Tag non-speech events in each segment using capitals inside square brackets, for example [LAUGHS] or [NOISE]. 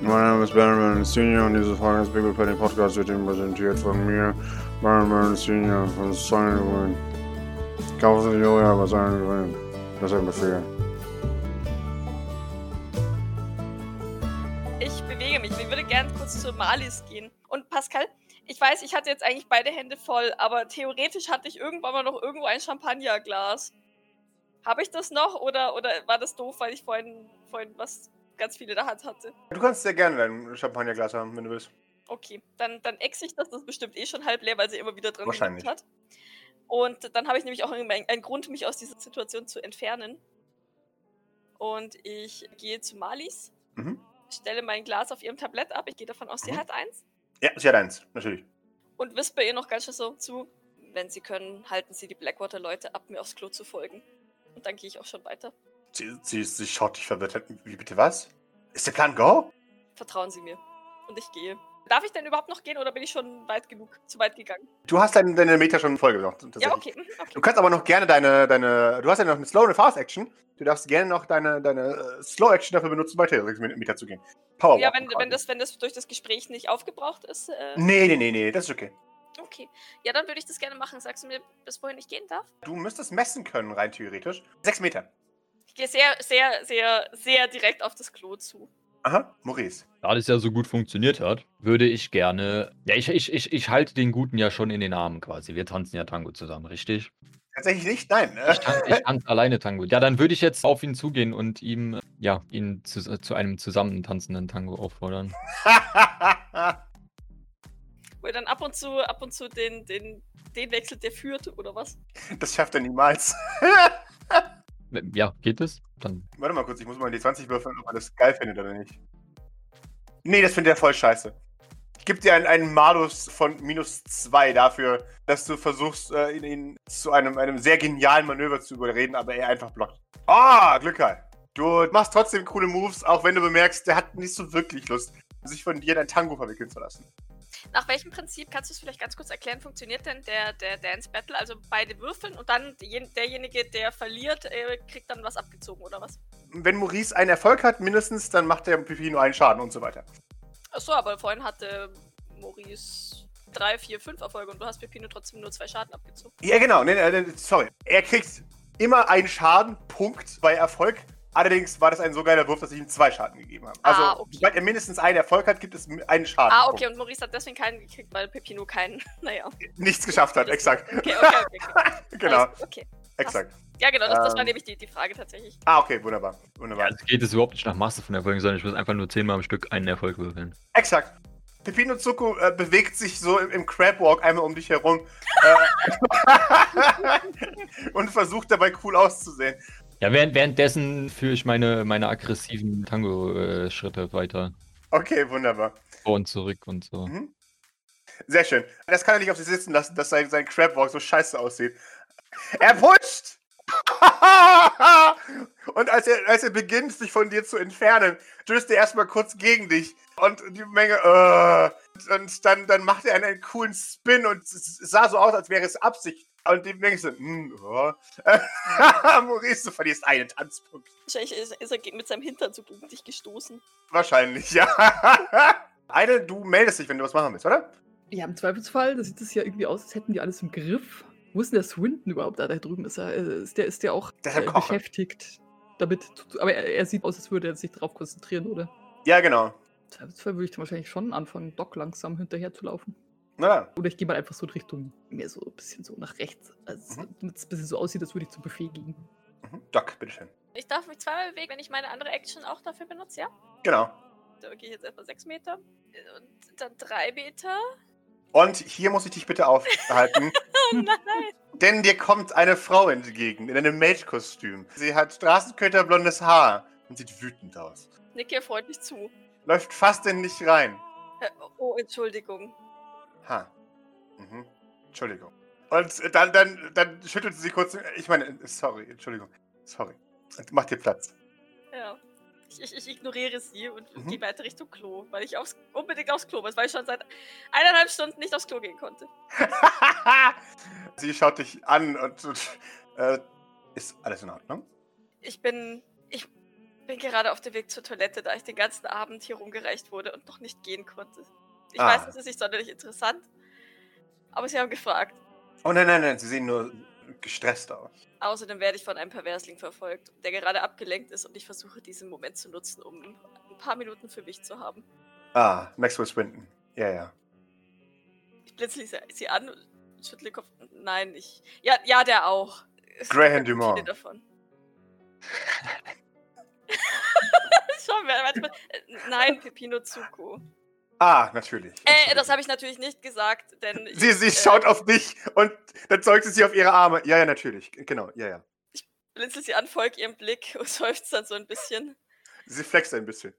Mein Name ist Baron Baron Senior und diese Folge des Big Blue Penny Podcast wird Ihnen präsentiert von mir, Baron Baron Senior von Silent Wind. Kaufen Sie Yoga bei Silent Wind. Das ist ein Befehl. Ich bewege mich. Ich würde gerne kurz zu Malis gehen. Und Pascal, ich weiß, ich hatte jetzt eigentlich beide Hände voll, aber theoretisch hatte ich irgendwann mal noch irgendwo ein Champagnerglas. Habe ich das noch oder, oder war das doof, weil ich vorhin, vorhin was ganz viel in der Hand hatte? Du kannst sehr gerne dein Champagnerglas haben, wenn du willst. Okay, dann, dann ex ich das, das ist bestimmt eh schon halb leer, weil sie immer wieder drin Wahrscheinlich. genickt hat. Und dann habe ich nämlich auch einen, einen Grund, mich aus dieser Situation zu entfernen. Und ich gehe zu Malis, Mhm. stelle mein Glas auf ihrem Tablett ab, ich gehe davon aus, sie Mhm. hat eins, Ja, sie hat eins, natürlich. und wisper ihr noch ganz schön so zu, wenn sie können, halten sie die Blackwater-Leute ab, mir aufs Klo zu folgen. Und dann gehe ich auch schon weiter. Sie, sie, sie schaut dich verwirrt. an. Wie bitte was? Ist der Plan Go? Vertrauen sie mir. Und ich gehe. Darf ich denn überhaupt noch gehen oder bin ich schon weit genug, zu weit gegangen? Du hast deine, deine Meter schon vollgebracht. Ja, tatsächlich. okay. mhm, okay. Also, Du kannst aber noch gerne deine, deine. Du hast ja noch eine Slow und eine Fast Action. Du darfst gerne noch deine, deine äh, Slow Action dafür benutzen, weiter Meter zu gehen. Mhm. Power Ja, wenn, wenn, das, wenn das durch das Gespräch nicht aufgebraucht ist. Äh, Nee, nee, nee, nee, das ist okay. okay. Ja, dann würde ich das gerne machen. Sagst du mir, bis wohin ich gehen darf? Du müsstest messen können, rein theoretisch. Sechs Meter. Ich gehe sehr, sehr, sehr, sehr direkt auf das Klo zu. Aha, Maurice. Da das ja so gut funktioniert hat, würde ich gerne. Ja, ich, ich, ich, ich halte den Guten ja schon in den Armen quasi. Wir tanzen ja Tango zusammen, richtig? Tatsächlich nicht, [LAUGHS] nein. Äh, Ich, tan ich tanze alleine Tango. Ja, dann würde ich jetzt auf ihn zugehen und ihm, äh, ja, ihn zu, zu einem zusammen tanzenden Tango auffordern. Wo ihr dann ab und zu, ab und zu den, den, den wechselt, der führt, oder was? das schafft er niemals. W- Ja, geht es? Dann. Warte mal kurz, ich muss mal in die 20 würfeln, ob er das geil findet oder nicht. Nee, das findet er voll scheiße. Ich gebe dir einen, einen Malus von minus 2 dafür, dass du versuchst, äh, ihn, ihn zu einem, einem sehr genialen Manöver zu überreden, aber er einfach blockt. Ah, Glück gehabt. Du machst trotzdem coole Moves, auch wenn du bemerkst, der hat nicht so wirklich Lust, sich von dir in ein Tango verwickeln zu lassen. Nach welchem Prinzip, kannst du es vielleicht ganz kurz erklären, funktioniert denn der, der Dance Battle? Also beide würfeln und dann jen- derjenige, der verliert, äh, kriegt dann was abgezogen, oder was? Wenn Maurice einen Erfolg hat, mindestens, dann macht der Pipi nur einen Schaden und so weiter. Achso, aber vorhin hatte Maurice drei, vier, fünf Erfolge und du hast Pepino trotzdem nur zwei Schaden abgezogen. Ja, genau. Nee, nee, nee, sorry. Er kriegt immer einen Schaden, Punkt, bei Erfolg. Allerdings war das ein so geiler Wurf, dass ich ihm zwei Schaden gegeben habe. Also, Ah, okay. sobald er mindestens einen Erfolg hat, gibt es m- einen Schaden. Ah, okay, und Maurice hat deswegen keinen gekriegt, weil Pepino keinen. [LAUGHS] Naja. Punkt. Nichts geschafft hat, exakt. [LAUGHS] Okay, okay, okay. okay. genau, Alles gut, Okay. exakt. Ja, genau, das, das war Ähm. nämlich die, die Frage tatsächlich. Ah, okay, wunderbar. Wunderbar. Also geht es überhaupt nicht nach Masse von Erfolgen, sondern ich muss einfach nur zehnmal am Stück einen Erfolg würfeln. Exakt. Pepino Zuko äh, bewegt sich so im, im Crab Walk einmal um dich herum [LAUGHS] äh, [LAUGHS] und versucht dabei cool auszusehen. Ja, während, währenddessen führe ich meine, meine aggressiven Tango-Schritte weiter. Okay, wunderbar. Vor und zurück und so. Mhm. Sehr schön. Das kann er nicht auf sich sitzen lassen, dass sein, sein Crabwalk so scheiße aussieht. Er pusht! [LAUGHS] und als er, als er beginnt, sich von dir zu entfernen, stößt er erstmal kurz gegen dich. Und die Menge, äh, und dann, dann macht er einen, einen coolen Spin und es es sah so aus, als wäre es Absicht. Und die Menge so, hm, oh. [LAUGHS] Maurice, du verlierst einen Tanzpunkt. Wahrscheinlich ist, ist er ge- mit seinem Hintern so gegen dich gestoßen. Wahrscheinlich, ja. [LAUGHS] Eine, du meldest dich, wenn du was machen willst, oder? Ja, im Zweifelsfall, das sieht es ja irgendwie aus, als hätten die alles im Griff. Wo ist denn der Swinton überhaupt? Da, da drüben ist er. äh, Ist der, ist der auch Der ist am äh, Kochen. beschäftigt damit? zu- zu- Aber er, er sieht aus, als würde er sich darauf konzentrieren, oder? Ja, genau. Im Zweifelsfall würde ich dann wahrscheinlich schon anfangen, Doc langsam hinterher zu laufen. Na, na. Oder ich gehe mal einfach so in Richtung, mehr so ein bisschen so nach rechts, also, damit es ein bisschen so aussieht, als würde ich zu Buffet gehen. Mhm. Doc, bitteschön. Ich darf mich zweimal bewegen, wenn ich meine andere Action auch dafür benutze, ja? Genau. Da gehe ich jetzt etwa sechs Meter und dann drei Meter. [LAUGHS] Und hier muss ich dich bitte aufhalten, Oh nein! denn dir kommt eine Frau entgegen in einem Mage-Kostüm. Sie hat straßenköterblondes Haar und sieht wütend aus. Nick ihr freundlich zu. Läuft fast in dich rein. Äh, Oh, Entschuldigung. Ha. Mhm. Entschuldigung. Und dann, dann, dann schüttelt sie kurz. Ich meine, sorry, Entschuldigung. Sorry. Und Macht dir Platz. [LAUGHS] Ja. Ich, ich, ich ignoriere sie und Mhm. gehe weiter Richtung Klo, weil ich aufs, unbedingt aufs Klo muss, weil ich schon seit eineinhalb Stunden nicht aufs Klo gehen konnte. sie schaut dich an und, und äh, ist alles in Ordnung? Ich bin. Ich bin gerade auf dem Weg zur Toilette, da ich den ganzen Abend hier rumgereicht wurde und noch nicht gehen konnte. Ich Ah. weiß, das ist nicht sonderlich interessant, aber sie haben gefragt. Oh nein, nein, nein, sie sehen nur gestresst aus. Außerdem werde ich von einem Perversling verfolgt, der gerade abgelenkt ist und ich versuche diesen Moment zu nutzen, um ein paar Minuten für mich zu haben. Ah, Maxwell Swinton. Ja, ja. Ich blinzle sie, sie an und schüttle den Kopf. Nein, ich. Ja, ja, der auch. Es Graham gibt Dumont. Viele davon. [LAUGHS] Schon, wer- manchmal- äh, Nein, Pepino Zuko. Ah, natürlich. Äh, das habe ich natürlich nicht gesagt, denn ich, Äh. Sie, sie schaut auf dich und dann zeugt sie sich auf ihre Arme. Ja, ja, natürlich. Genau, ja, ja. blinzelt sie an, folgt ihrem Blick und [LAUGHS] seufzt dann so ein bisschen. Sie flext ein bisschen.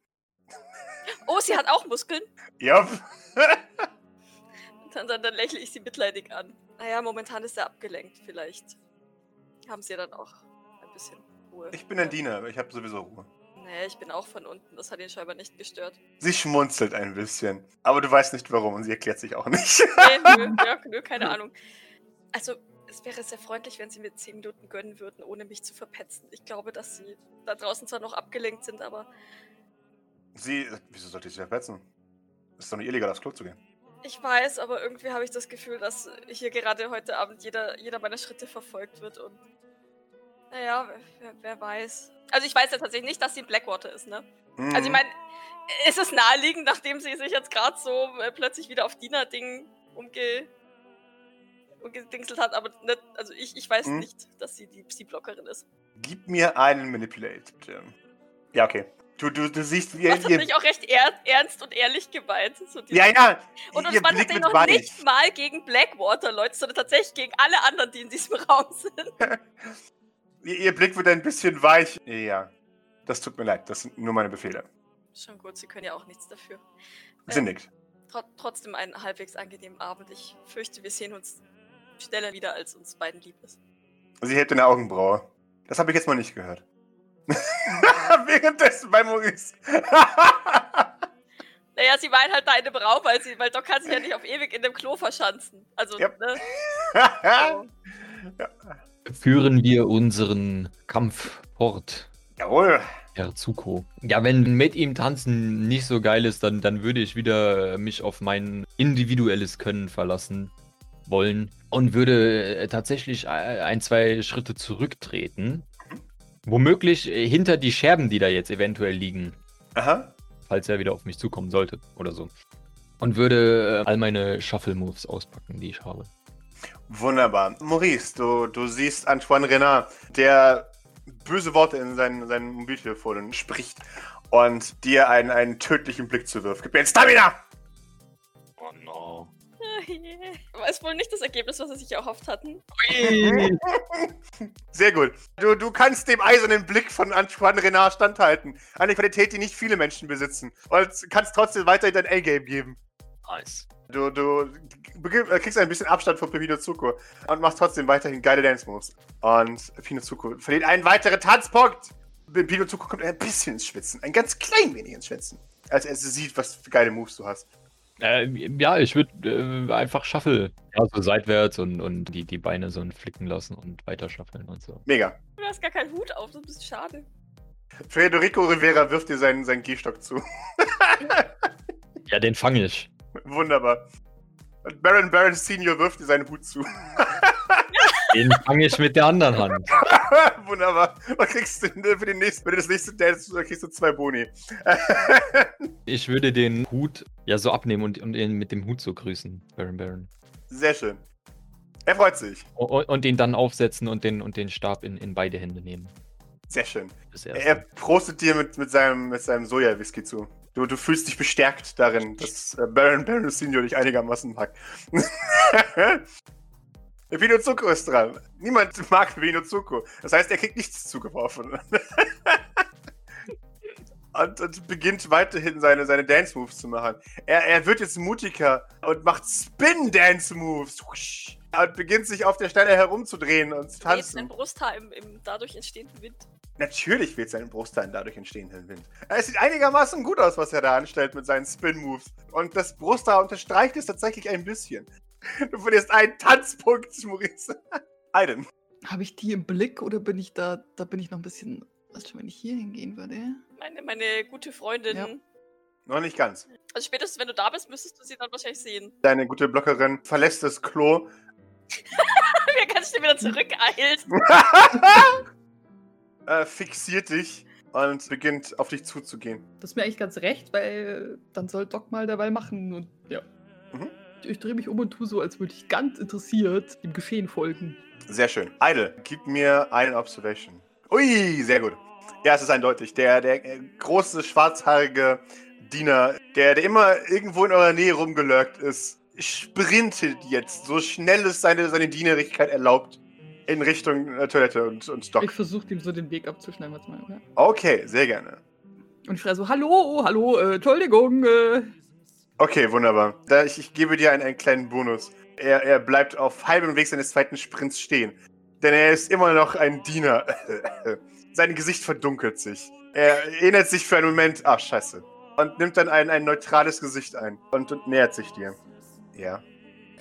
Oh, sie hat auch Muskeln. Ja. Dann, dann, dann lächle ich sie mitleidig an. Naja, momentan ist er abgelenkt, vielleicht. Haben sie dann auch ein bisschen Ruhe. Ich bin ein Diener, ich habe sowieso Ruhe. Nee, ich bin auch von unten. Das hat ihn scheinbar nicht gestört. [LAUGHS] Sie schmunzelt ein bisschen. Aber du weißt nicht warum und sie erklärt sich auch nicht. [LAUGHS] Nee, nö, ja, nö, keine Ahnung. Also, es wäre sehr freundlich, wenn sie mir zehn Minuten gönnen würden, ohne mich zu verpetzen. Ich glaube, dass sie da draußen zwar noch abgelenkt sind, aber Sie. Wieso sollte ich sie verpetzen? Ist doch nicht illegal, aufs Klo zu gehen. ich weiß, aber irgendwie habe ich das Gefühl, dass hier gerade heute Abend jeder, jeder meiner Schritte verfolgt wird und. Naja, wer- wer, wer weiß. Also, ich weiß ja tatsächlich nicht, dass sie in Blackwater ist, ne? Also, ich Mhm. meine, ist es naheliegend, nachdem sie sich jetzt gerade so äh, plötzlich wieder auf Diener-Ding umge umgedingselt hat, aber nicht, also ich, ich weiß Mhm. nicht, dass sie die Psy-Blockerin ist. Gib mir einen Manipulate, bitte. Ja, okay. Du, du, du siehst, wie Ja, ihr. das hat mich auch recht er ernst und ehrlich gemeint. So dieses- ja, ja. und ihr uns war Blick tatsächlich wird noch weich. nicht mal gegen Blackwater, Leute, sondern tatsächlich gegen alle anderen, die in diesem [LAUGHS] Raum sind. Ihr, ihr Blick wird ein bisschen weich. Ja. Das tut mir leid, das sind nur meine Befehle. Schon gut, sie können ja auch nichts dafür. Sie Ähm, nickt. Tro trotzdem einen halbwegs angenehmen Abend. Ich fürchte, wir sehen uns schneller wieder, als uns beiden lieb ist. Sie hebt eine Augenbraue. Das habe ich jetzt mal nicht gehört. [LAUGHS] Währenddessen bei Maurice. Naja, sie waren halt da in dem Raum, weil, sie, weil Doc kann sich ja nicht auf ewig in dem Klo verschanzen. Also, [LAUGHS] Yep. ne? ja. Führen wir unseren Kampf fort, Jawohl. Herr Zuko. Ja, wenn mit ihm tanzen nicht so geil ist, dann, dann würde ich wieder äh, mich auf mein individuelles Können verlassen wollen und würde äh, tatsächlich äh, ein, zwei Schritte zurücktreten. Womöglich äh, hinter die Scherben, die da jetzt eventuell liegen. Aha. falls er wieder auf mich zukommen sollte oder so. Und würde äh, all meine Shuffle-Moves auspacken, die ich habe. Wunderbar. Maurice, du, du siehst Antoine Renard, der böse Worte in sein, sein Mobiltelefon spricht und dir einen, einen tödlichen Blick zuwirft. Gib mir jetzt Stamina! Oh no. Ist wohl nicht das Ergebnis, was sie sich erhofft hatten. Sehr gut. Du, du kannst dem eisernen Blick von Antoine Renard standhalten. Eine Qualität, die nicht viele Menschen besitzen. Und kannst trotzdem weiterhin dein A-Game geben. Nice. Du, du begib- äh, kriegst ein bisschen Abstand von Pepino Zuko und machst trotzdem weiterhin geile Dance-Moves. Und Pepino Zuko verliert einen weiteren Tanzpunkt. Pepino Zuko kommt ein bisschen ins Schwitzen. Ein ganz klein wenig ins Schwitzen. Als er sieht, was für geile Moves du hast. Äh, ja, ich würde äh, einfach Shuffle. Also seitwärts und, und die, die Beine so flicken lassen und weiter shuffeln und so. Mega. Du hast gar keinen Hut auf, das ist ein bisschen schade. Federico Rivera wirft dir seinen, seinen Gehstock zu. [LAUGHS] Ja, den fange ich. Wunderbar. Und Baron Baron Senior wirft dir seinen Hut zu. Den fange ich mit der anderen Hand. [LAUGHS] Wunderbar. Und kriegst du für, den nächsten, für das nächste Dance kriegst du zwei Boni. Ich würde den Hut ja so abnehmen und, und ihn mit dem Hut so grüßen, Baron Baron. Sehr schön. Er freut sich. Und, und den dann aufsetzen und den, und den Stab in, in beide Hände nehmen. Sehr schön. Das Er erste. prostet dir mit, mit seinem, mit seinem Soja-Whisky zu. Du, du fühlst dich bestärkt darin, dass äh, Baron Baron Senior dich einigermaßen mag. [LAUGHS] Vino Zuko ist dran. Niemand mag Vino Zuko. Das heißt, er kriegt nichts zugeworfen. [LAUGHS] und, und beginnt weiterhin seine, seine Dance-Moves zu machen. Er, er wird jetzt mutiger und macht Spin-Dance-Moves. Husch. Und beginnt sich auf der Stelle herumzudrehen und zu Tanzen. ein tanzen. Brusthaar im, im dadurch entstehenden Wind. Natürlich wird sein Brustteil dadurch entstehenden Wind. Es sieht einigermaßen gut aus, was er da anstellt mit seinen Spin-Moves. Und das Brustteil unterstreicht es tatsächlich ein bisschen. [LAUGHS] Du verlierst einen Tanzpunkt, Maurice. [LAUGHS] Aiden. Habe ich die im Blick oder bin ich da, da bin ich noch ein bisschen äh, fast schon, wenn ich hier hingehen würde. Meine, meine gute Freundin. Ja. Noch nicht ganz. Also spätestens, wenn du da bist, müsstest du sie dann wahrscheinlich [LAUGHS] sehen. Deine gute Blockerin verlässt das Klo. Mir ganz schnell wieder zurückeilt. [LAUGHS] äh, fixiert dich und beginnt auf dich zuzugehen. Das ist mir eigentlich ganz recht, weil dann soll Doc mal dabei machen und ja. Mhm. Ich, ich drehe mich um und tue so, als würde ich ganz interessiert dem Geschehen folgen. Sehr schön. Idle, gib mir einen Observation. Ui, sehr gut. Ja, es ist eindeutig. Der, der äh, große, schwarzhaarige Diener, der, der immer irgendwo in eurer Nähe rumgelurkt ist, sprintet jetzt, so schnell es seine, seine Dienerigkeit erlaubt, in Richtung äh, Toilette und, und Stock. Ich versuche dem so den Weg abzuschneiden, was mal, oder? Okay, sehr gerne. Und ich schreie so, hallo, hallo, äh, Entschuldigung. Äh. Okay, wunderbar. Da ich, ich gebe dir einen, einen kleinen Bonus. Er, er bleibt auf halbem Weg seines zweiten Sprints stehen. Denn er ist immer noch ein Diener. [LAUGHS] Sein Gesicht verdunkelt sich. Er erinnert sich für einen Moment, ach scheiße. Und nimmt dann ein, ein neutrales Gesicht ein und, und nähert sich dir. Ja.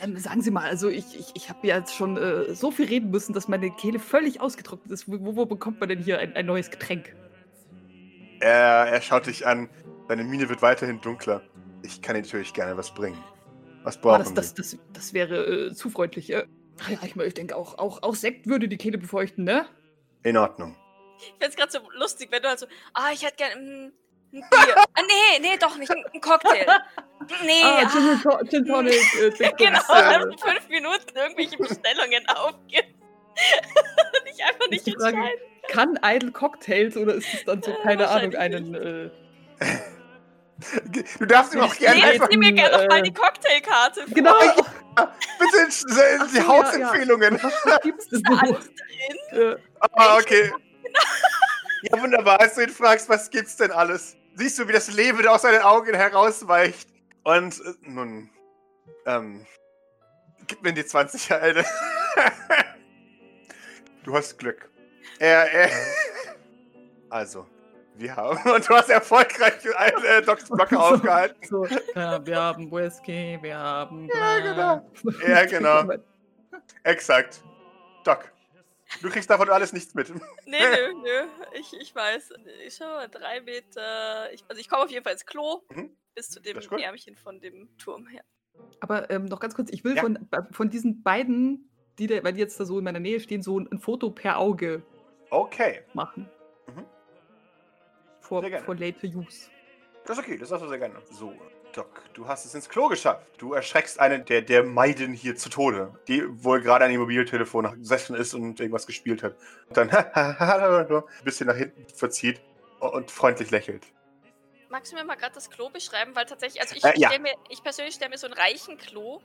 Ähm, sagen Sie mal, also ich, ich, ich habe ja jetzt schon äh, so viel reden müssen, dass meine Kehle völlig ausgetrocknet ist. Wo, wo- wo bekommt man denn hier ein, ein neues Getränk? Er, er schaut dich an. Deine Miene wird weiterhin dunkler. Ich kann dir natürlich gerne was bringen. Was Ah, brauchen das, das, das, das wäre äh, zu freundlich. Äh. Ah Ja, ich, mein, ich denke auch, auch, auch Sekt würde die Kehle befeuchten, ne? Sie? In Ordnung. Ich find's gerade so lustig, wenn du halt so, ah, ich hätte gern mm, ein Bier. ah, nee, nee, doch nicht, ein, ein [LAUGHS] Cocktail. Nee, Ah, ah, Gin and To- Gin Tonic. Äh, Gin Tonic, [LAUGHS] genau, äh, dann fünf Minuten irgendwelche Bestellungen aufgibt. [LAUGHS] Und ich einfach ist nicht die Frage, entscheiden. kann Idle Cocktails oder ist es dann so, keine Ahnung, Wahrscheinlich einen. [LAUGHS] Äh, Du darfst ihm auch Ich gerne nehme- einfach. Nee, nimm mir gerne äh, nochmal die Cocktailkarte. vor. genau, [LAUGHS] Bitte Ach die so, ja, ja. Hausempfehlungen. was gibt's denn Da so? alles drin. Äh, Ah, okay. Ja, wunderbar. Als du ihn fragst, was gibt's denn alles, siehst du, wie das Leben aus seinen Augen herausweicht. Und äh, nun, ähm, gib mir die 20 Alter. [LAUGHS] Du hast Glück. Er, er, [LAUGHS] also, wir haben. Und du hast erfolgreich einen äh, Dr. Blocker aufgehalten. So, ja, genau. wir haben Whisky, wir haben. Ja, bla. Ja, genau. Exakt. Doc, du kriegst davon alles nichts mit. Nee, nö, nö. Ich, ich weiß. Ich schau mal, drei Meter. Ich, also ich komme auf jeden Fall ins Klo. Mhm. Bis zu dem Das ist gut. Ärmchen von dem Turm her. [LAUGHS] Aber ähm, noch ganz kurz, ich will Ja. von, äh, von diesen beiden, die da, weil die jetzt da so in meiner Nähe stehen, so ein, ein Foto per Auge Okay. machen. Mhm. For, Sehr gerne. for later use. Das ist okay, das darfst du sehr gerne. So, Doc, du hast es ins Klo geschafft. Du erschreckst eine der, der Maiden hier zu Tode, die wohl gerade an ihr Mobiltelefon gesessen ist und irgendwas gespielt hat. Und dann [LAUGHS] ein bisschen nach hinten verzieht und freundlich lächelt. Magst du mir mal gerade das Klo beschreiben? Weil tatsächlich, also ich, Äh, ich ja. stell mir, ich persönlich stelle mir so ein reichen Klo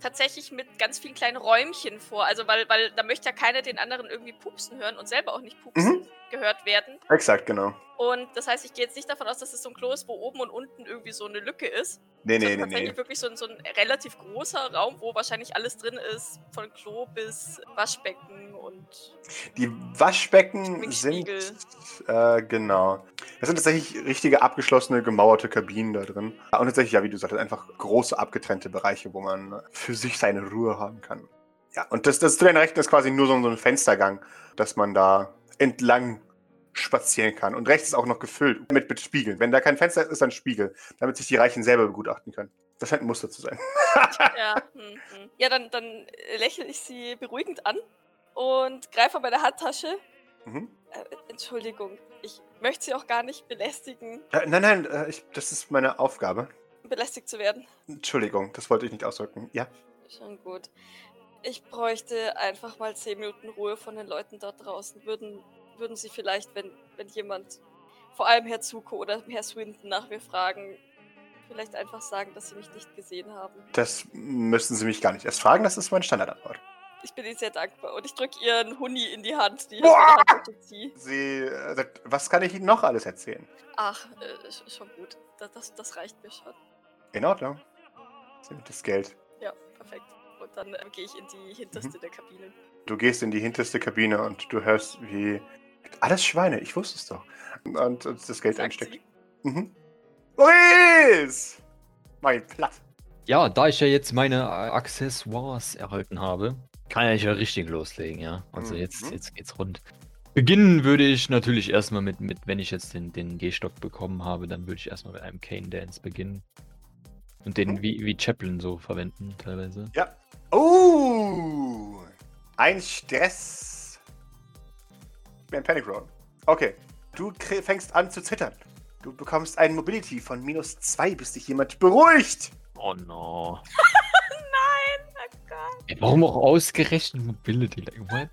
tatsächlich mit ganz vielen kleinen Räumchen vor. Also weil, weil da möchte ja keiner den anderen irgendwie pupsen hören und selber auch nicht pupsen Mhm. gehört werden. Exakt, genau. Und das heißt, ich gehe jetzt nicht davon aus, dass es so ein Klo ist, wo oben und unten irgendwie so eine Lücke ist. Nee, nee, nee, sondern tatsächlich nee. wirklich so ein, so ein relativ großer Raum, wo wahrscheinlich alles drin ist, von Klo bis Waschbecken [LAUGHS] und Die Waschbecken sind. Schminkspiegel. Äh, genau. Das sind tatsächlich richtige abgeschlossene, gemauerte Kabinen da drin. Und tatsächlich, ja, wie du sagtest, einfach große, abgetrennte Bereiche, wo man für sich seine Ruhe haben kann. Ja, und das, das zu deinem Rechten ist quasi nur so, so ein Fenstergang, dass man da entlang spazieren kann. Und rechts ist auch noch gefüllt mit, mit Spiegeln. Wenn da kein Fenster ist, ist dann Spiegel, damit sich die Reichen selber begutachten können. Das scheint ein Muster zu sein. ja. Hm, hm. Ja, dann, dann lächle ich sie beruhigend an und greife an meine Handtasche. Mhm. Äh, Entschuldigung, ich möchte sie auch gar nicht belästigen, Äh, nein, nein, äh, ich, das ist meine Aufgabe. belästigt zu werden. Entschuldigung, das wollte ich nicht ausdrücken. Ja. Schon gut. Ich bräuchte einfach mal 10 Minuten Ruhe von den Leuten dort draußen. Würden, würden sie vielleicht, wenn, wenn jemand, vor allem Herr Zuko oder Herr Swinton nach mir fragen, vielleicht einfach sagen, dass sie mich nicht gesehen haben. Das müssen Sie mich gar nicht erst fragen, das ist meine Standardantwort. Ich bin ihnen sehr dankbar und ich drücke ihren Huni in die Hand, die ich Boah! aus meiner Handtasche ziehe. Sie äh, sagt, was kann ich Ihnen noch alles erzählen? Ach, äh, sch- schon gut. Das, das, das reicht mir schon. In Ordnung. Sie nimmt das Geld. Ja, perfekt. Und dann äh, gehe ich in die Mhm. hinterste der Kabine. Du gehst in die hinterste Kabine und du hörst, wie. Alles Schweine, ich wusste es doch. Und, und das Geld Sagt einsteckt. sie. Mhm. Luis! Mein Platt. Ja, da ich ja jetzt meine äh, Accessoires erhalten habe, kann ich ja richtig loslegen, ja. Also Mhm. jetzt, jetzt geht's rund. Beginnen würde ich natürlich erstmal mit, mit wenn ich jetzt den, den Gehstock bekommen habe, dann würde ich erstmal mit einem Cane Dance beginnen. Und den Mhm. wie, wie Chaplin so verwenden, teilweise. Oh! Ein Stress. Ein Panic Roll. Okay. Du krie- fängst an zu zittern. Du bekommst einen Mobility von minus zwei, bis dich jemand beruhigt. [LAUGHS] Oh Oh no. Gott. Ey, warum auch ausgerechnet Mobility? Like, what?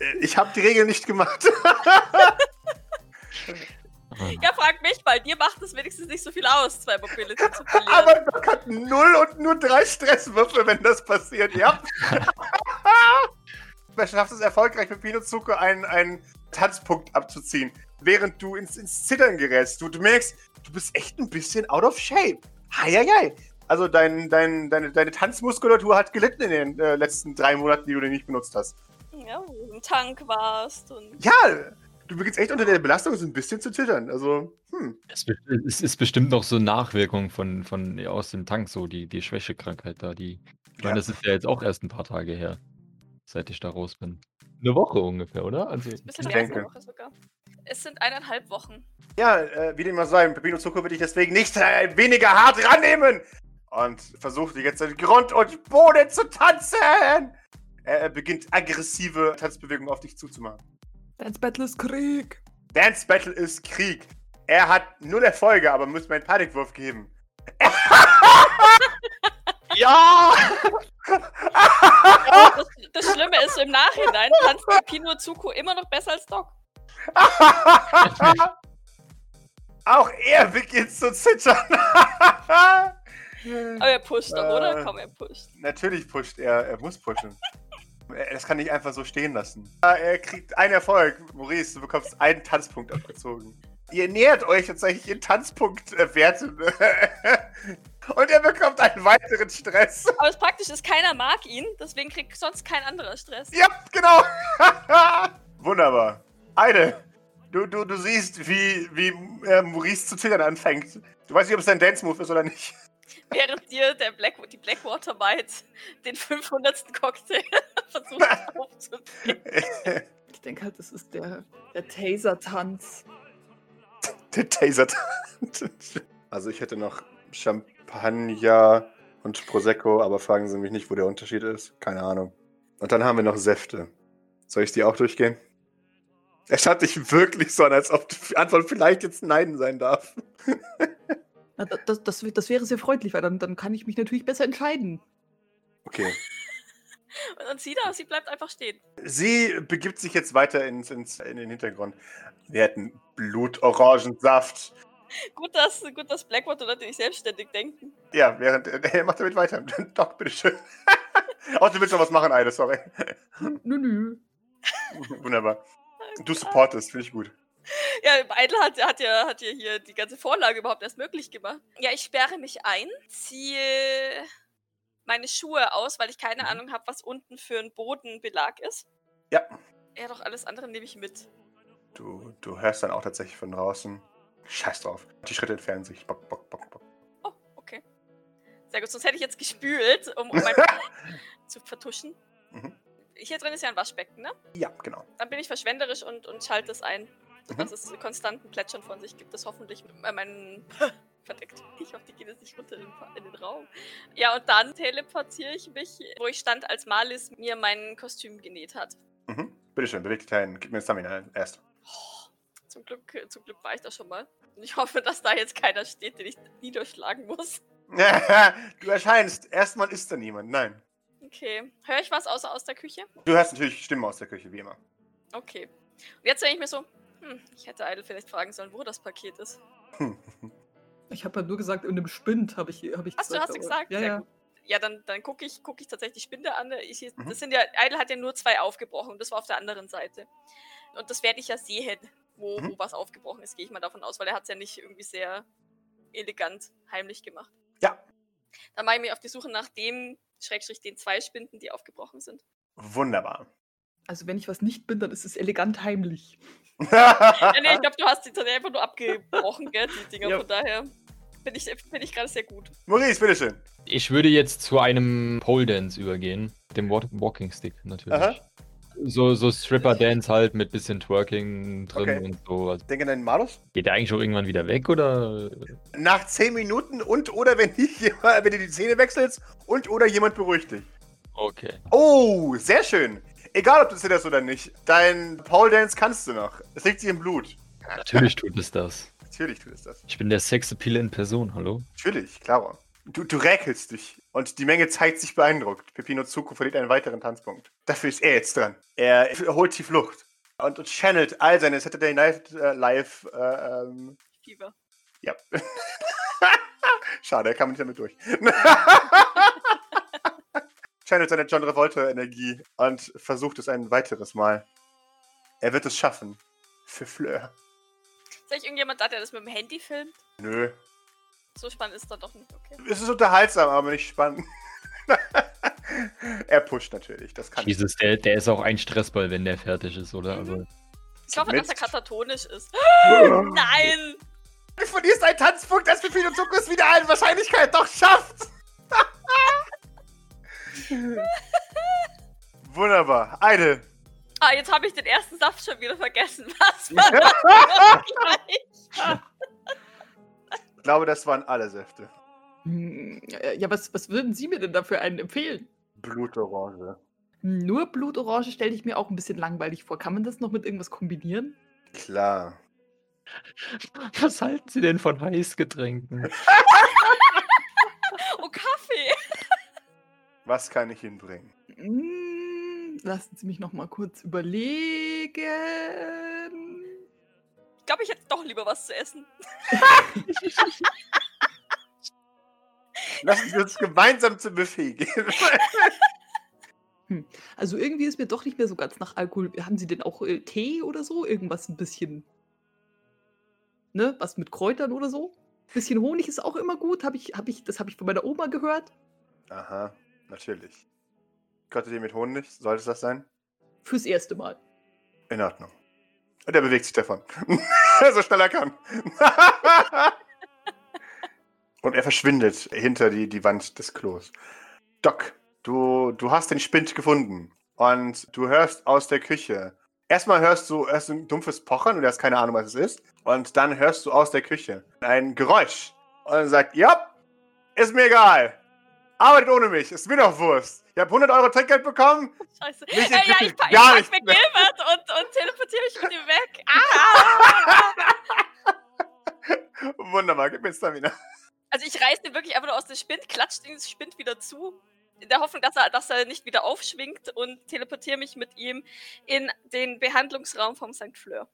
Äh, Ich habe die Regel nicht gemacht. [LAUGHS] Ah. Ja, frag mich mal. Dir macht es wenigstens nicht so viel aus, zwei Mobility zu verlieren. [LAUGHS] Aber Doc hat null und nur drei Stresswürfe, wenn das passiert. Ja. Er schafft es erfolgreich mit Pinozuke einen, einen Tanzpunkt abzuziehen, während du ins, ins Zittern gerätst. Du, du merkst, du bist echt ein bisschen out of shape. Heieiei. Also dein, dein, deine, deine Tanzmuskulatur hat gelitten in den äh, letzten drei Monaten, die du den nicht benutzt hast. ja, wo du im Tank warst und. Ja, du beginnst echt unter der Belastung so ein bisschen zu zittern. Also, hm. Es be- es ist bestimmt noch so Nachwirkung von, von ja, aus dem Tank, so die, die Schwächekrankheit da. Die, ich meine, Ja. das ist ja jetzt auch erst ein paar Tage her, seit ich da raus bin. Eine Woche ungefähr, oder? Also, Ein bisschen mehr als Ich denke. eine Woche sogar. Es sind eineinhalb Wochen. Ja, äh, wie dem auch sei, Pepino Zucker will ich deswegen nicht äh, weniger hart rannehmen. Und versucht jetzt in Grund und Boden zu tanzen. Er äh, beginnt aggressive Tanzbewegungen auf dich zuzumachen. Dance Battle ist Krieg. Dance Battle ist Krieg. Er hat null Erfolge, aber muss mir einen Panikwurf geben. ja! Ah! Also Das, das Schlimme ist, so im Nachhinein tanzt Pino Zuko immer noch besser als Doc. Auch er beginnt zu [LAUGHS] zittern. Aber er pusht doch, Äh. oder? Komm, er pusht. Natürlich pusht er, er muss pushen. Er- Das kann ich einfach so stehen lassen. Ah, Er kriegt einen Erfolg. Maurice, du bekommst einen Tanzpunkt abgezogen. Ihr nähert euch tatsächlich in Tanzpunktwerten. [LAUGHS] Und er bekommt einen weiteren Stress. [LAUGHS] Aber das Praktische ist, keiner mag ihn, deswegen kriegt sonst kein anderer Stress. Ja, genau. [LAUGHS] Wunderbar. Eine. Du, du, du siehst, wie, wie äh, Maurice zu zittern anfängt. Du weißt nicht, ob es ein Dance-Move ist oder nicht. Während dir der Black die Blackwater Bite den 500. Cocktail [LAUGHS] [LAUGHS] versucht aufzudrehen. Ich denke halt, das ist der, der Taser-Tanz. Der Taser. [LAUGHS] also ich hätte noch Champagner und Prosecco, aber fragen Sie mich nicht, wo der Unterschied ist. Keine Ahnung. Und dann haben wir noch Säfte. Soll ich die auch durchgehen? Er schaut dich wirklich so an, als ob die Antwort vielleicht jetzt Nein sein darf. Na, da- das, das, wär- das wäre sehr freundlich, weil dann, dann kann ich mich natürlich besser entscheiden. Okay. Und, und sie da, sie bleibt einfach stehen. Sie begibt sich jetzt weiter ins, ins, in den Hintergrund. Wir hätten Blutorangensaft. Gut, dass, gut, dass Blackwater Leute nicht selbstständig denken. Ja, während [LAUGHS] er macht damit weiter. Doc, bitteschön. [LAUGHS] Auch du willst noch was machen, Eide, sorry. Nö, nö. [LAUGHS] Wunderbar. Du supportest, finde ich gut. Ja, Eidel hat, hat, ja, hat ja hier die ganze Vorlage überhaupt erst möglich gemacht. Ja, ich sperre mich ein, ziehe meine Schuhe aus, weil ich keine Ahnung habe, was unten für ein Bodenbelag ist. Ja. Ja, doch, alles andere nehme ich mit. Du, du hörst dann auch tatsächlich von draußen. Scheiß drauf. Die Schritte entfernen sich. Bock, bock, bock, bock. Oh, okay. Sehr gut, sonst hätte ich jetzt gespült, um, um mein zu vertuschen. Mhm. Hier drin ist ja ein Waschbecken, ne? Ja, genau. Dann bin ich verschwenderisch und, und schalte es ein, sodass es konstanten Plätschern von sich gibt. Das hoffentlich bei meinen [LAUGHS] verdeckt. Ich hoffe, die gehen jetzt nicht runter in den, Fa- in den Raum. Ja, und dann teleportiere ich mich, wo ich stand, als Marlis mir mein Kostüm genäht hat. Mhm. Bitteschön, beweg die Teilen. Gib mir ein Stamina erst. [LAUGHS] Zum Glück, zum Glück war ich da schon mal. Und ich hoffe, dass da jetzt keiner steht, den ich niederschlagen muss. du erscheinst. Erstmal ist da niemand. Nein. Okay. Höre ich was außer aus der Küche? Du hörst natürlich Stimmen aus der Küche, wie immer. Okay. Und jetzt denke ich mir so, hm, ich hätte Idle vielleicht fragen sollen, wo das Paket ist. Hm. Ich habe halt nur gesagt, in einem Spind habe ich, hab ich Hast du, hast du aber- gesagt? Ja, Sehr ja. gut. Ja, dann, dann gucke ich, guck ich tatsächlich die Spinde an. Ich, Mhm. Das sind ja, Idle hat ja nur zwei aufgebrochen. Das war auf der anderen Seite. Und das werde ich ja sehen, wo, Mhm. wo was aufgebrochen ist, gehe ich mal davon aus, weil er hat es ja nicht irgendwie sehr elegant heimlich gemacht. Ja. Dann mache ich mich auf die Suche nach dem, Schrägstrich, den zwei Spinden, die aufgebrochen sind. Wunderbar. Also wenn ich was nicht bin, dann ist es elegant heimlich. Ja, nee, ich glaube, du hast die tatsächlich einfach nur abgebrochen, gell, die Dinger. Ja. Von daher bin ich, bin ich gerade sehr gut. [LAUGHS] Maurice, bitteschön. Ich würde jetzt zu einem Pole Dance übergehen. Dem Walk- Walking Stick natürlich. Aha. so, so Stripper-Dance halt mit bisschen Twerking drin Okay. und so. Also, Denke an deinen Malus. geht der eigentlich auch irgendwann wieder weg oder? Nach 10 Minuten und oder wenn, [LAUGHS] dich jemand, wenn du die Zähne wechselst und oder jemand beruhigt dich. Okay. Oh, sehr schön. Egal, ob du es das oder nicht. Dein Pole Dance kannst du noch. Es liegt dir im Blut. Natürlich tut es das. Natürlich tut es das. Ich bin der Sexappeal in Person, hallo? Natürlich, klar. Du, du räkelst dich. Und die Menge zeigt sich beeindruckt. Pepino Zuko verliert einen weiteren Tanzpunkt. Dafür ist er jetzt dran. Er f- holt die Flucht. Und, und channelt all seine Saturday Night äh, Live. Äh, ähm, Fieber. ja. Schade, er kam nicht damit durch. [LAUGHS] channelt seine John Travolta Energie und versucht es ein weiteres Mal. Er wird es schaffen. Für Fleur. Ist vielleicht irgendjemand da, der das mit dem Handy filmt? Nö. So spannend ist da doch nicht, okay. Es ist unterhaltsam, aber nicht spannend. [LAUGHS] er pusht natürlich, das kann Jesus, der, der ist auch ein Stressball, wenn der fertig ist, oder? Also, Ich hoffe, dass Mist. er katatonisch [LAUGHS] ist. ich. Nein! Du verlierst einen Tanzpunkt, das für viele Zucker ist wieder eine Wahrscheinlichkeit doch schafft. [LAUGHS] Wunderbar. Eine. Ah, jetzt habe ich den ersten Saft schon wieder vergessen. [LAUGHS] Was war das? Ich glaube, das waren alle Säfte. Hm, äh, Ja, was, was würden Sie mir denn dafür einen empfehlen? Blutorange. Nur Blutorange stelle ich mir auch ein bisschen langweilig vor. Kann man das noch mit irgendwas kombinieren? Klar. was halten Sie denn von Heißgetränken? oh, Kaffee! Was kann ich Ihnen bringen? Hm, Lassen Sie mich noch mal kurz überlegen. Ich glaube, ich hätte doch lieber was zu essen. Lassen Sie uns gemeinsam zum Buffet [LAUGHS] gehen. Also irgendwie ist mir doch nicht mehr so ganz nach Alkohol. Haben Sie denn auch äh, Tee oder so? Irgendwas ein bisschen, ne? Was mit Kräutern oder so? Bisschen Honig ist auch immer gut. Hab ich, hab ich, das habe ich von meiner Oma gehört. Aha, natürlich. Könntet ihr mit Honig? Sollte es das sein? Fürs erste Mal. In Ordnung. Und er bewegt sich davon. [LAUGHS] so schnell er kann. [LAUGHS] Und er verschwindet hinter die, die Wand des Klos. Doc, du, du hast den Spind gefunden. Und du hörst aus der Küche. Erstmal hörst du hörst du ein dumpfes Pochern und du hast keine Ahnung, was es ist. Und dann hörst du aus der Küche ein Geräusch. Und er sagt, ja, ist mir egal. Arbeitet ohne mich, ist mir doch Wurst. Ich habe 100 Euro Trinkgeld bekommen. Scheiße. Äh, Nicht ja, jetzt ich, wirklich pa ich gar pack nichts mir mehr. Gilbert und, und teleportiere mich [LAUGHS] mit ihm weg. Ah! Wunderbar, gib mir Stamina. Also ich reiß den wirklich einfach nur aus dem Spind, klatscht den Spind wieder zu. In der Hoffnung, dass er, dass er nicht wieder aufschwingt und teleportiere mich mit ihm in den Behandlungsraum vom St. Fleur.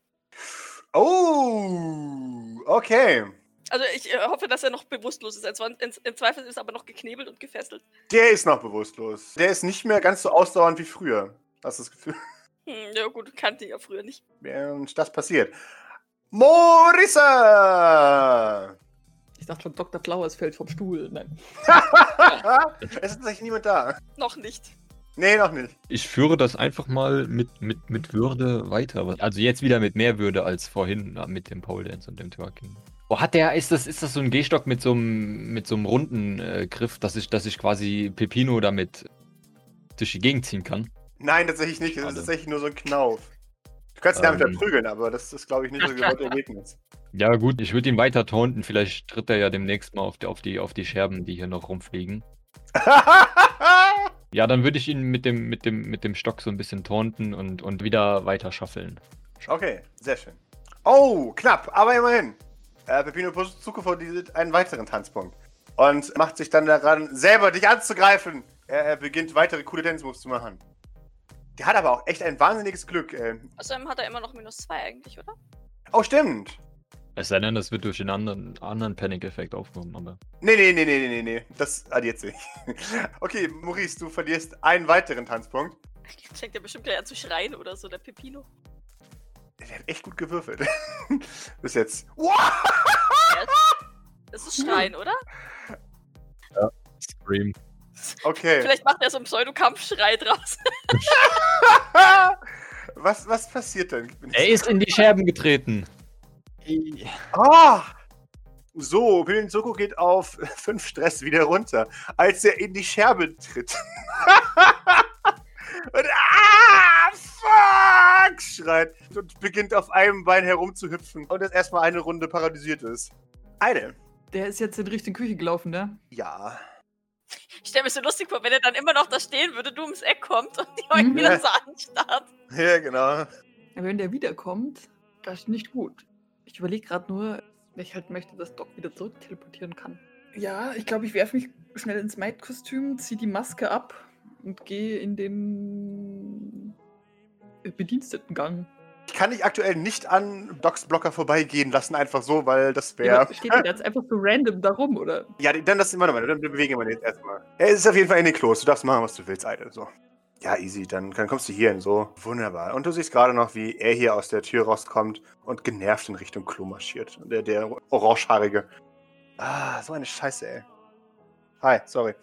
Oh, okay. Also ich äh, hoffe, dass er noch bewusstlos ist. Im Zwe- in- Im Zweifel ist er aber noch geknebelt und gefesselt. Der ist noch bewusstlos. Der ist nicht mehr ganz so ausdauernd wie früher. Hast du das Gefühl? [LAUGHS] Hm, ja gut, kannte ihn ja früher nicht. Während das passiert. Morissa! Ich dachte schon, Dr. Flowers fällt vom Stuhl. Nein. es ist tatsächlich niemand da. Noch nicht. Nee, noch nicht. Ich führe das einfach mal mit, mit, mit Würde weiter. Also jetzt wieder mit mehr Würde als vorhin na, mit dem Pole Dance und dem Twerking. Oh, hat der, ist das, ist das so ein Gehstock mit so einem, mit so einem runden äh, Griff, dass ich, dass ich quasi Pepino damit durch die Gegend ziehen kann? Nein, tatsächlich nicht. Es ist Schade. tatsächlich nur so ein Knauf. Du kannst ihn damit Ähm. verprügeln, aber das ist, glaube ich, [LAUGHS] nicht so gewollte Ergebnis. [LAUGHS] Ja gut, ich würde ihn weiter taunten. Vielleicht tritt er ja demnächst mal auf die, auf die, auf die Scherben, die hier noch rumfliegen. Ja, dann würde ich ihn mit dem, mit dem, mit dem Stock so ein bisschen taunten und, und wieder weiter schaffeln. okay, sehr schön. Oh, knapp, aber immerhin. Äh, Pepino Zuko verdient einen weiteren Tanzpunkt. Und macht sich dann daran, selber dich anzugreifen. Er, er beginnt weitere coole Dance-Moves zu machen. Der hat aber auch echt ein wahnsinniges Glück. Äh. Außerdem hat er immer noch minus zwei eigentlich, oder? Oh, stimmt. Es sei denn, das wird durch den anderen, anderen Panic-Effekt aufgehoben, aber. Nee, nee, nee, nee, nee, nee, nee. Das addiert sich. [LAUGHS] okay, Maurice, du verlierst einen weiteren Tanzpunkt. Jetzt fängt er bestimmt gleich an zu schreien oder so, der Pepino. Der hat echt gut gewürfelt. [LAUGHS] Bis jetzt. Wow! Das ist Schreien, oder? Scream. Okay. [LAUGHS] Vielleicht macht er so einen Pseudokampfschrei draus. [LAUGHS] was, was passiert denn? Er ist in die Scherben getreten. Ah! So, Pillen Zuko geht auf [LAUGHS] 5 Stress wieder runter, [LAUGHS] als er in die Scherbe tritt. Und ah! Fuck! Max! schreit und beginnt auf einem Bein herumzuhüpfen und jetzt erstmal eine Runde paralysiert ist. Eine. Der ist jetzt in Richtung Küche gelaufen, ne? Ja. Ich stelle mir so lustig vor, wenn er dann immer noch da stehen würde, du ums Eck kommt und die euch Mhm. wieder so anstarrt. Ja, genau. Aber Wenn der wiederkommt, das ist nicht gut. Ich überlege gerade nur, wenn ich halt möchte, dass Doc wieder zurück teleportieren kann. Ja, ich glaube, ich werfe mich schnell ins Maid-Kostüm, ziehe die Maske ab und gehe in den Bedienstetengang. Ich kann dich aktuell nicht an Docs Blocker vorbeigehen lassen, einfach so, weil das Ja, wäre. aber Steht der jetzt einfach so random darum, oder? Ja, dann lass immer noch mal, dann bewegen wir den jetzt erstmal. Er ist auf jeden Fall in den Klos, du darfst machen, was du willst, Alter. So. Ja, easy, dann, dann kommst du hier hin, so. Wunderbar. Und du siehst gerade noch, wie er hier aus der Tür rauskommt und genervt in Richtung Klo marschiert. Der, der Orangehaarige. Ah, so eine Scheiße, ey. Hi, sorry.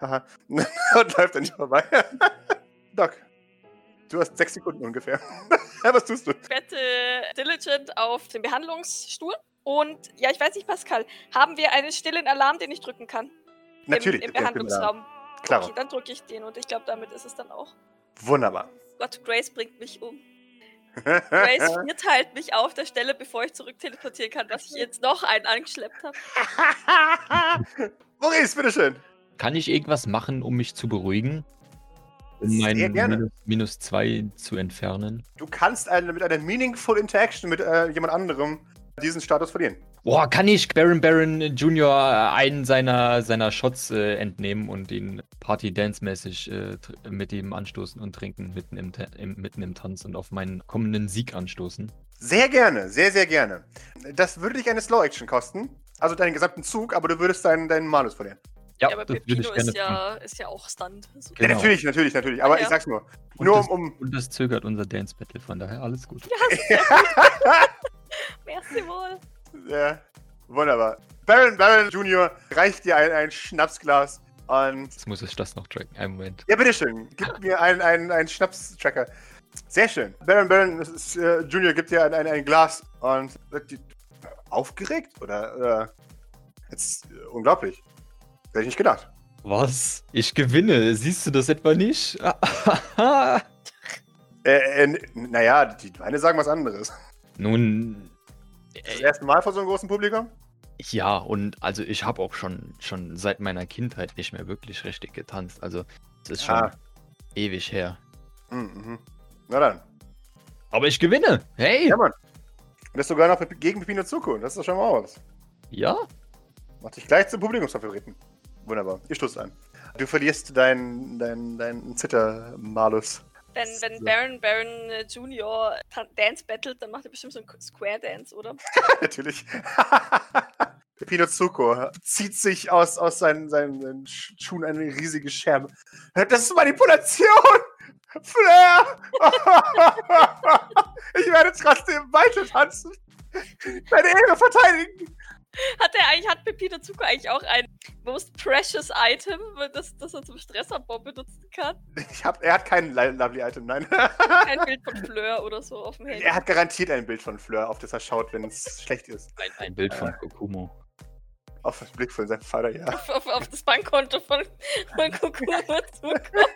Haha. [LAUGHS] und läuft dann nicht vorbei. [LAUGHS] Doc, du hast sechs Sekunden ungefähr. [LAUGHS] was tust du? Ich wette diligent auf den Behandlungsstuhl. Und ja, ich weiß nicht, Pascal, haben wir einen stillen Alarm, den ich drücken kann? Natürlich. Im, im ja, genau. Behandlungsraum. Klaro. Okay, dann drücke ich den und ich glaube, damit ist es dann auch. Wunderbar. [LAUGHS] Gott, Grace bringt mich um. Grace vierteilt mich auf der Stelle, bevor ich zurück teleportieren kann, dass ich jetzt noch einen angeschleppt habe. Maurice, bitteschön. Kann ich irgendwas machen, um mich zu beruhigen? Um Sehr mein gerne. Minus, minus zwei zu entfernen? Du kannst eine, mit einer meaningful Interaction mit äh, jemand anderem diesen Status verlieren. Boah, kann ich Baron Baron Jr. einen seiner, seiner Shots äh, entnehmen und ihn Party-Dance-mäßig äh, tr- mit ihm anstoßen und trinken mitten im, Ta- im, mitten im Tanz und auf meinen kommenden Sieg anstoßen? Sehr gerne, sehr, sehr gerne. Das würde dich eine Slow Action kosten. Also deinen gesamten Zug, aber du würdest deinen, deinen Malus verlieren. Ja, aber das würde ich Pepino gerne ist tun. ja, ist ja auch Also, stunned. So. Ja, Genau. natürlich, natürlich, natürlich. Aber Ja. ich sag's nur. Und nur das- um. Und das zögert unser Dance-Battle, von daher alles gut. Merci wohl. um äh, wunderbar. Baron Baron Jr. reicht dir ein, ein Schnapsglas und Jetzt muss ich das noch tracken. Einen Moment. Ja, bitteschön. Gib mir einen, einen, einen Schnaps-Tracker. Sehr schön. Baron Baron es ist, äh, Junior gibt dir ein, ein, ein Glas und sagt, die- aufgeregt? Oder, oder äh, jetzt äh, unglaublich. Hätte ich nicht gedacht. Was? Ich gewinne. Siehst du das etwa nicht? [LAUGHS] Äh, äh, n- naja, die Weine sagen was anderes. Nun, äh, Das erste Mal vor so einem großen Publikum? Ja, und also ich habe auch schon, schon seit meiner Kindheit nicht mehr wirklich richtig getanzt. Also es ist schon Ah. ewig her. Mhm, Mhm. Na dann. Aber ich gewinne. Hey! Ja, Ja. Mann. Und das sogar noch Pep- gegen Pepino Zuko. Das ist doch schon mal was. Macht dich gleich zum Publikumsfavoriten. Wunderbar. Ihr stoßt an. Du verlierst deinen dein, dein Zitter-Malus. Wenn, wenn Baron Baron äh, Junior Ta- Dance battelt, dann macht er bestimmt so einen Square Dance, oder? [LAUGHS] Natürlich. [LAUGHS] Pino Zuko zieht sich aus, aus seinen, seinen, seinen Sch- Schuhen eine riesige Scherbe. Das ist Manipulation! Flair! [LAUGHS] ich werde trotzdem weiter tanzen. Meine Ehre verteidigen. Hat er eigentlich, hat Pepito Zuko eigentlich auch ein most precious Item, weil das, das er zum Stressabbau benutzen kann? Ich hab, er hat kein Li- Lovely Item, nein. Kein Bild von Fleur oder so [LAUGHS] auf dem Handy. er hat garantiert ein Bild von Fleur, auf das er schaut, wenn es schlecht ist. Ein, ein Bild von Kokumo. Auf den Blick von seinem Vater, ja. Auf, auf, auf das Bankkonto von, von Kokoro [LAUGHS] Zuko.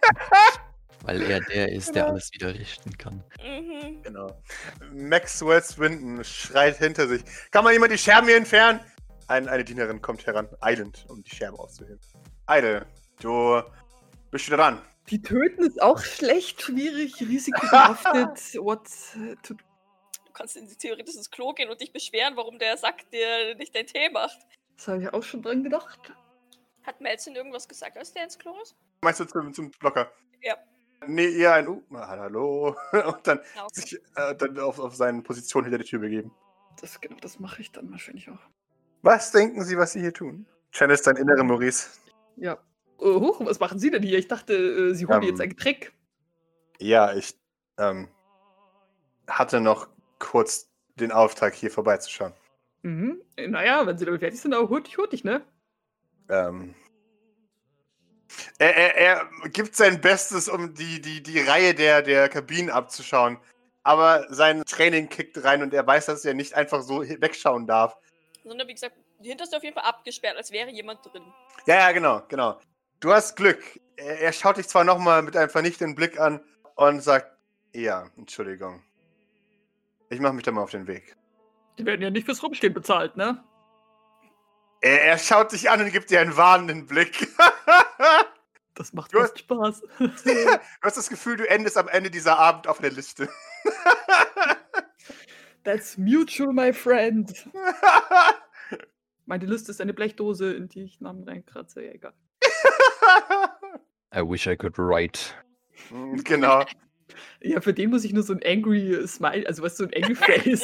Weil er der ist, der alles wieder richten kann. Mhm. Genau. Maxwell Swinton schreit hinter sich. Kann mal jemand die Scherben hier entfernen? Ein, eine Dienerin kommt heran, eilend, um die Scherben aufzuheben. Eile, du bist wieder dran. Die töten ist auch schlecht, schwierig, [LAUGHS] risikobehaftet. What to Du kannst in theoretisch ins Klo gehen und dich beschweren, warum der Sack dir nicht den Tee macht. Das habe ich auch schon dran gedacht. Hat Melzen irgendwas gesagt, als der ins Klo ist? Meinst du zum, zum Blocker? Ja. Nee, eher ein Uh, na, hallo. [LAUGHS] Und dann, Ja, okay. sich, äh, dann auf, auf seine Position hinter der Tür begeben. Das, genau, das mache ich dann wahrscheinlich auch. Was denken Sie, was Sie hier tun? Channel ist dein inneren Maurice. Ja. Äh, Huch, was machen Sie denn hier? Ich dachte, äh, Sie holen Ähm. jetzt ein Getränk. Ja, ich ähm, hatte noch kurz den Auftrag, hier vorbeizuschauen. Mhm. Äh, Naja, wenn Sie damit fertig sind, aber hurtig, hurtig, ne? Ähm, er, er, er gibt sein Bestes, um die, die, die Reihe der, der Kabinen abzuschauen. Aber sein Training kickt rein und er weiß, dass er nicht einfach so hi- wegschauen darf. Sondern wie gesagt, die hinterste auf jeden Fall abgesperrt, als wäre jemand drin. Ja, ja, genau, genau. Du hast Glück. Er, er schaut dich zwar nochmal mit einem vernichtenden Blick an und sagt, Ja, Entschuldigung. Ich mache mich da mal auf den Weg. Die werden ja nicht fürs Rumstehen bezahlt, ne? Er, er schaut dich an und gibt dir einen warnenden Blick. [LAUGHS] Das macht Du- fast Spaß. [LAUGHS] Du hast das Gefühl, du endest am Ende dieser Abend auf der Liste. [LAUGHS] That's mutual, my friend. Meine Liste ist eine Blechdose, in die ich Namen reinkratze. Ja, egal. I wish I could write. genau. Ja, für den muss ich nur so ein angry Smile, also was so ein angry Face.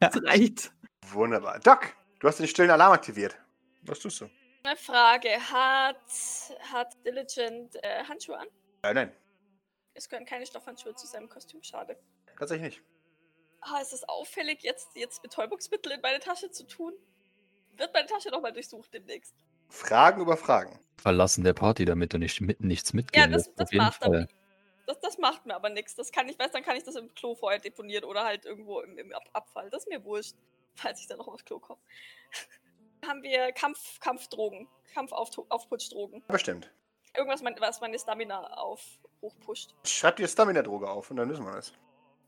das reicht. Wunderbar. Doc, du hast den stillen Alarm aktiviert. Was tust du? Eine Frage. Hat, hat Diligent äh, Handschuhe an? Äh, nein, Es gehören keine Stoffhandschuhe zu seinem Kostüm. Schade. tatsächlich nicht. Ah, ist es auffällig, jetzt, jetzt Betäubungsmittel in meine Tasche zu tun? Wird meine Tasche nochmal durchsucht demnächst. Fragen über Fragen. Verlassen der Party, damit du nicht mit, nichts mitgehen Ja, das, lässt, das macht aber das, das macht mir aber nichts. Das kann ich weiß, dann kann ich das im Klo vorher deponieren oder halt irgendwo im, im Ab Abfall. Das ist mir wurscht, [LAUGHS] falls ich dann noch aufs Klo komme. [LAUGHS] Haben wir Kampf, Kampfdrogen, Kampfaufputschdrogen. Bestimmt. Irgendwas, mein, was meine Stamina auf hochpusht. Schreib dir Stamina-Droge auf und dann wissen wir das.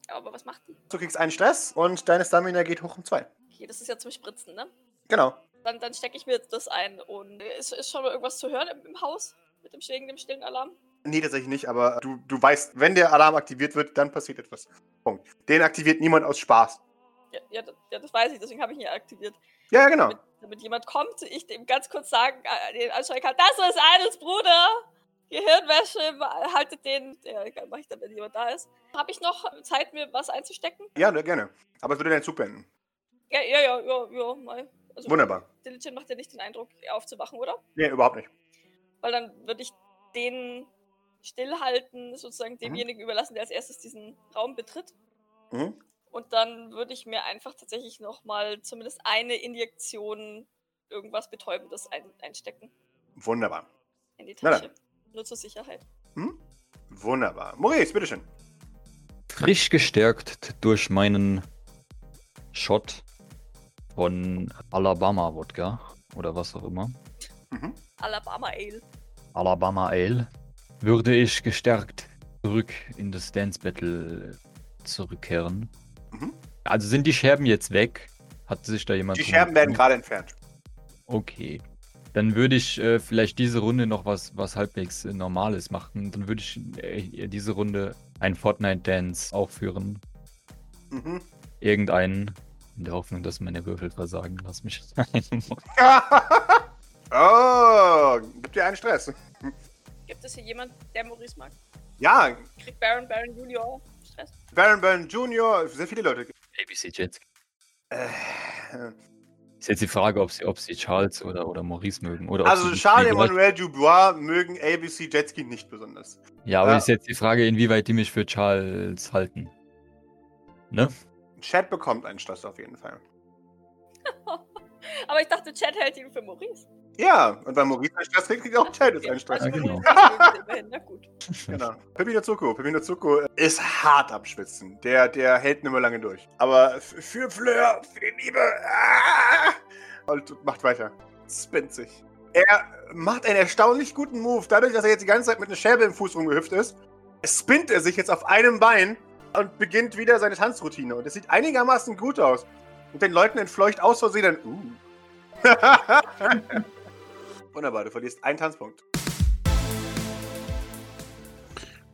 Aber was macht die? Du kriegst einen Stress und deine Stamina geht hoch um zwei. Okay, das ist ja zum Spritzen, ne? Genau. Dann, dann stecke ich mir jetzt das ein und ist, ist schon mal irgendwas zu hören im, im Haus mit dem wegen dem stillen Alarm? Nee, tatsächlich nicht, aber du, du weißt, wenn der Alarm aktiviert wird, dann passiert etwas. Punkt. Den aktiviert niemand aus Spaß. Ja, ja, das- ja das weiß ich, deswegen habe ich ihn ja aktiviert. Ja, ja, genau. Damit, damit jemand kommt, ich dem ganz kurz sagen, äh, den anschreien kann, das ist Adels Bruder! Gehirnwäsche, wa- haltet den. Ja, egal, mach ich dann, wenn jemand da ist. Habe ich noch Zeit, mir was einzustecken? Ja, ne, gerne. Aber es würde deinen Zug beenden. Ja, ja, ja, ja, ja, mal. Also, Wunderbar. Diligent macht ja nicht den Eindruck, aufzuwachen, oder? Nee, überhaupt nicht. Weil dann würde ich den stillhalten, sozusagen demjenigen überlassen, der als erstes diesen Raum betritt. Mhm. Und dann würde ich mir einfach tatsächlich nochmal zumindest eine Injektion irgendwas Betäubendes ein, einstecken Wunderbar. in die Na dann. Tasche. Nur zur Sicherheit. Hm? Wunderbar. Maurice, bitteschön. frisch gestärkt durch meinen Shot von Alabama Wodka oder was auch immer, Mhm. Alabama Ale. Alabama Ale, würde ich gestärkt zurück in das Dance Battle zurückkehren. Mhm. Also sind die Scherben jetzt weg? Hat sich da jemand Die drum Scherben werden gekümmert? gerade entfernt. Okay. Dann würde ich äh, vielleicht diese Runde noch was, was halbwegs äh, Normales machen. Dann würde ich äh, diese Runde ein Fortnite Dance aufführen. Mhm. irgendeinen. In der Hoffnung, dass meine Würfel versagen. Lass mich [LAUGHS] rein. [LAUGHS] oh, gib dir einen Stress. Gibt es hier jemanden, der Maurice mag? Ja, Kriegt Baron Baron Junior Stress? [LAUGHS] Baron Burn Jr., es sind viele Leute. ABC Jets. Äh, Ist jetzt die Frage, ob sie, ob sie Charles oder, oder Maurice mögen. Oder ob also, sie die Charles Spiele- Emmanuel Dubois mögen ABC Jetski nicht besonders. Ja, aber Ja. ist jetzt die Frage, inwieweit die mich für Charles halten. Chad bekommt einen Stress auf jeden Fall. Aber ich dachte, Chad hält ihn für Maurice. Ja, und weil Maurice einen Stress kriegt, kriegt auch Chad jetzt einen Stress. also- Ja, genau. genau. Na gut. Genau. Pepino Zuko. Pepino Zuko äh, ist hart am Schwitzen. Der, der hält nicht mehr lange durch. Aber f- für Fleur, für die Liebe. Ah! Und macht weiter. Spinnt sich. Er macht einen erstaunlich guten Move. Dadurch, dass er jetzt die ganze Zeit mit einer Schäbe im Fuß rumgehüpft ist, spinnt er sich jetzt auf einem Bein und beginnt wieder seine Tanzroutine. Und es sieht einigermaßen gut aus. Und den Leuten entfleucht aus Versehen ein Uh. [LAUGHS] Wunderbar, du verlierst einen Tanzpunkt.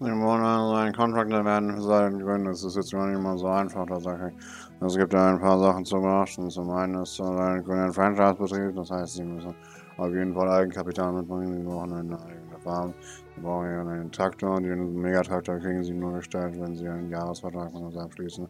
Die monatelangen Contractor werden für seinen gewinnen. Es ist jetzt gar nicht mal so einfach, tatsächlich. Also Es gibt ja ein paar Sachen zu beachten. Zum einen ist äh, es ein grüner Franchise-Betrieb, das heißt, sie müssen auf jeden Fall Eigenkapital mitbringen. Sie brauchen eine eigene Farm, sie brauchen hier einen Traktor. Den Megatraktor kriegen sie nur gestellt, wenn sie einen Jahresvertrag mit uns abschließen.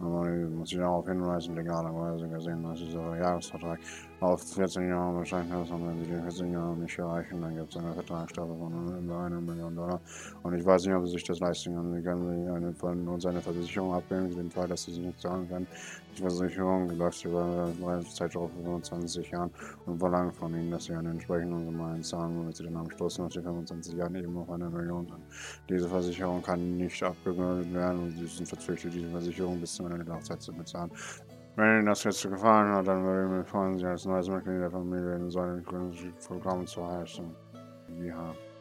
Aber ich muss sie darauf hinweisen, legalerweise gesehen, dass dieser Jahresvertrag auf 14 Jahre beschränkt ist. Und wenn sie die 14 Jahre nicht erreichen, dann gibt es eine Vertragsstrafe von über einer Million Dollar. Und ich weiß nicht, ob sie sich das leisten können. Sie können sich eine, von uns eine Versicherung abgeben, für den Fall, dass sie sich nicht zahlen können. Die Versicherung läuft über eine Zeitdauer von 25 Jahren und verlangt von ihnen, dass sie eine entsprechende Summe zahlen, damit sie dann am Schluss nach den 25 Jahren eben auf eine Million sind. Diese Versicherung kann nicht abgemeldet werden und sie sind verpflichtet, diese Versicherung bis zum Ende der Laufzeit zu bezahlen. Wenn Ihnen das jetzt gefallen hat, dann würde ich mich freuen, Sie als neues Mitglied der Familie in seinen Gründen vollkommen zu heißen. Ja.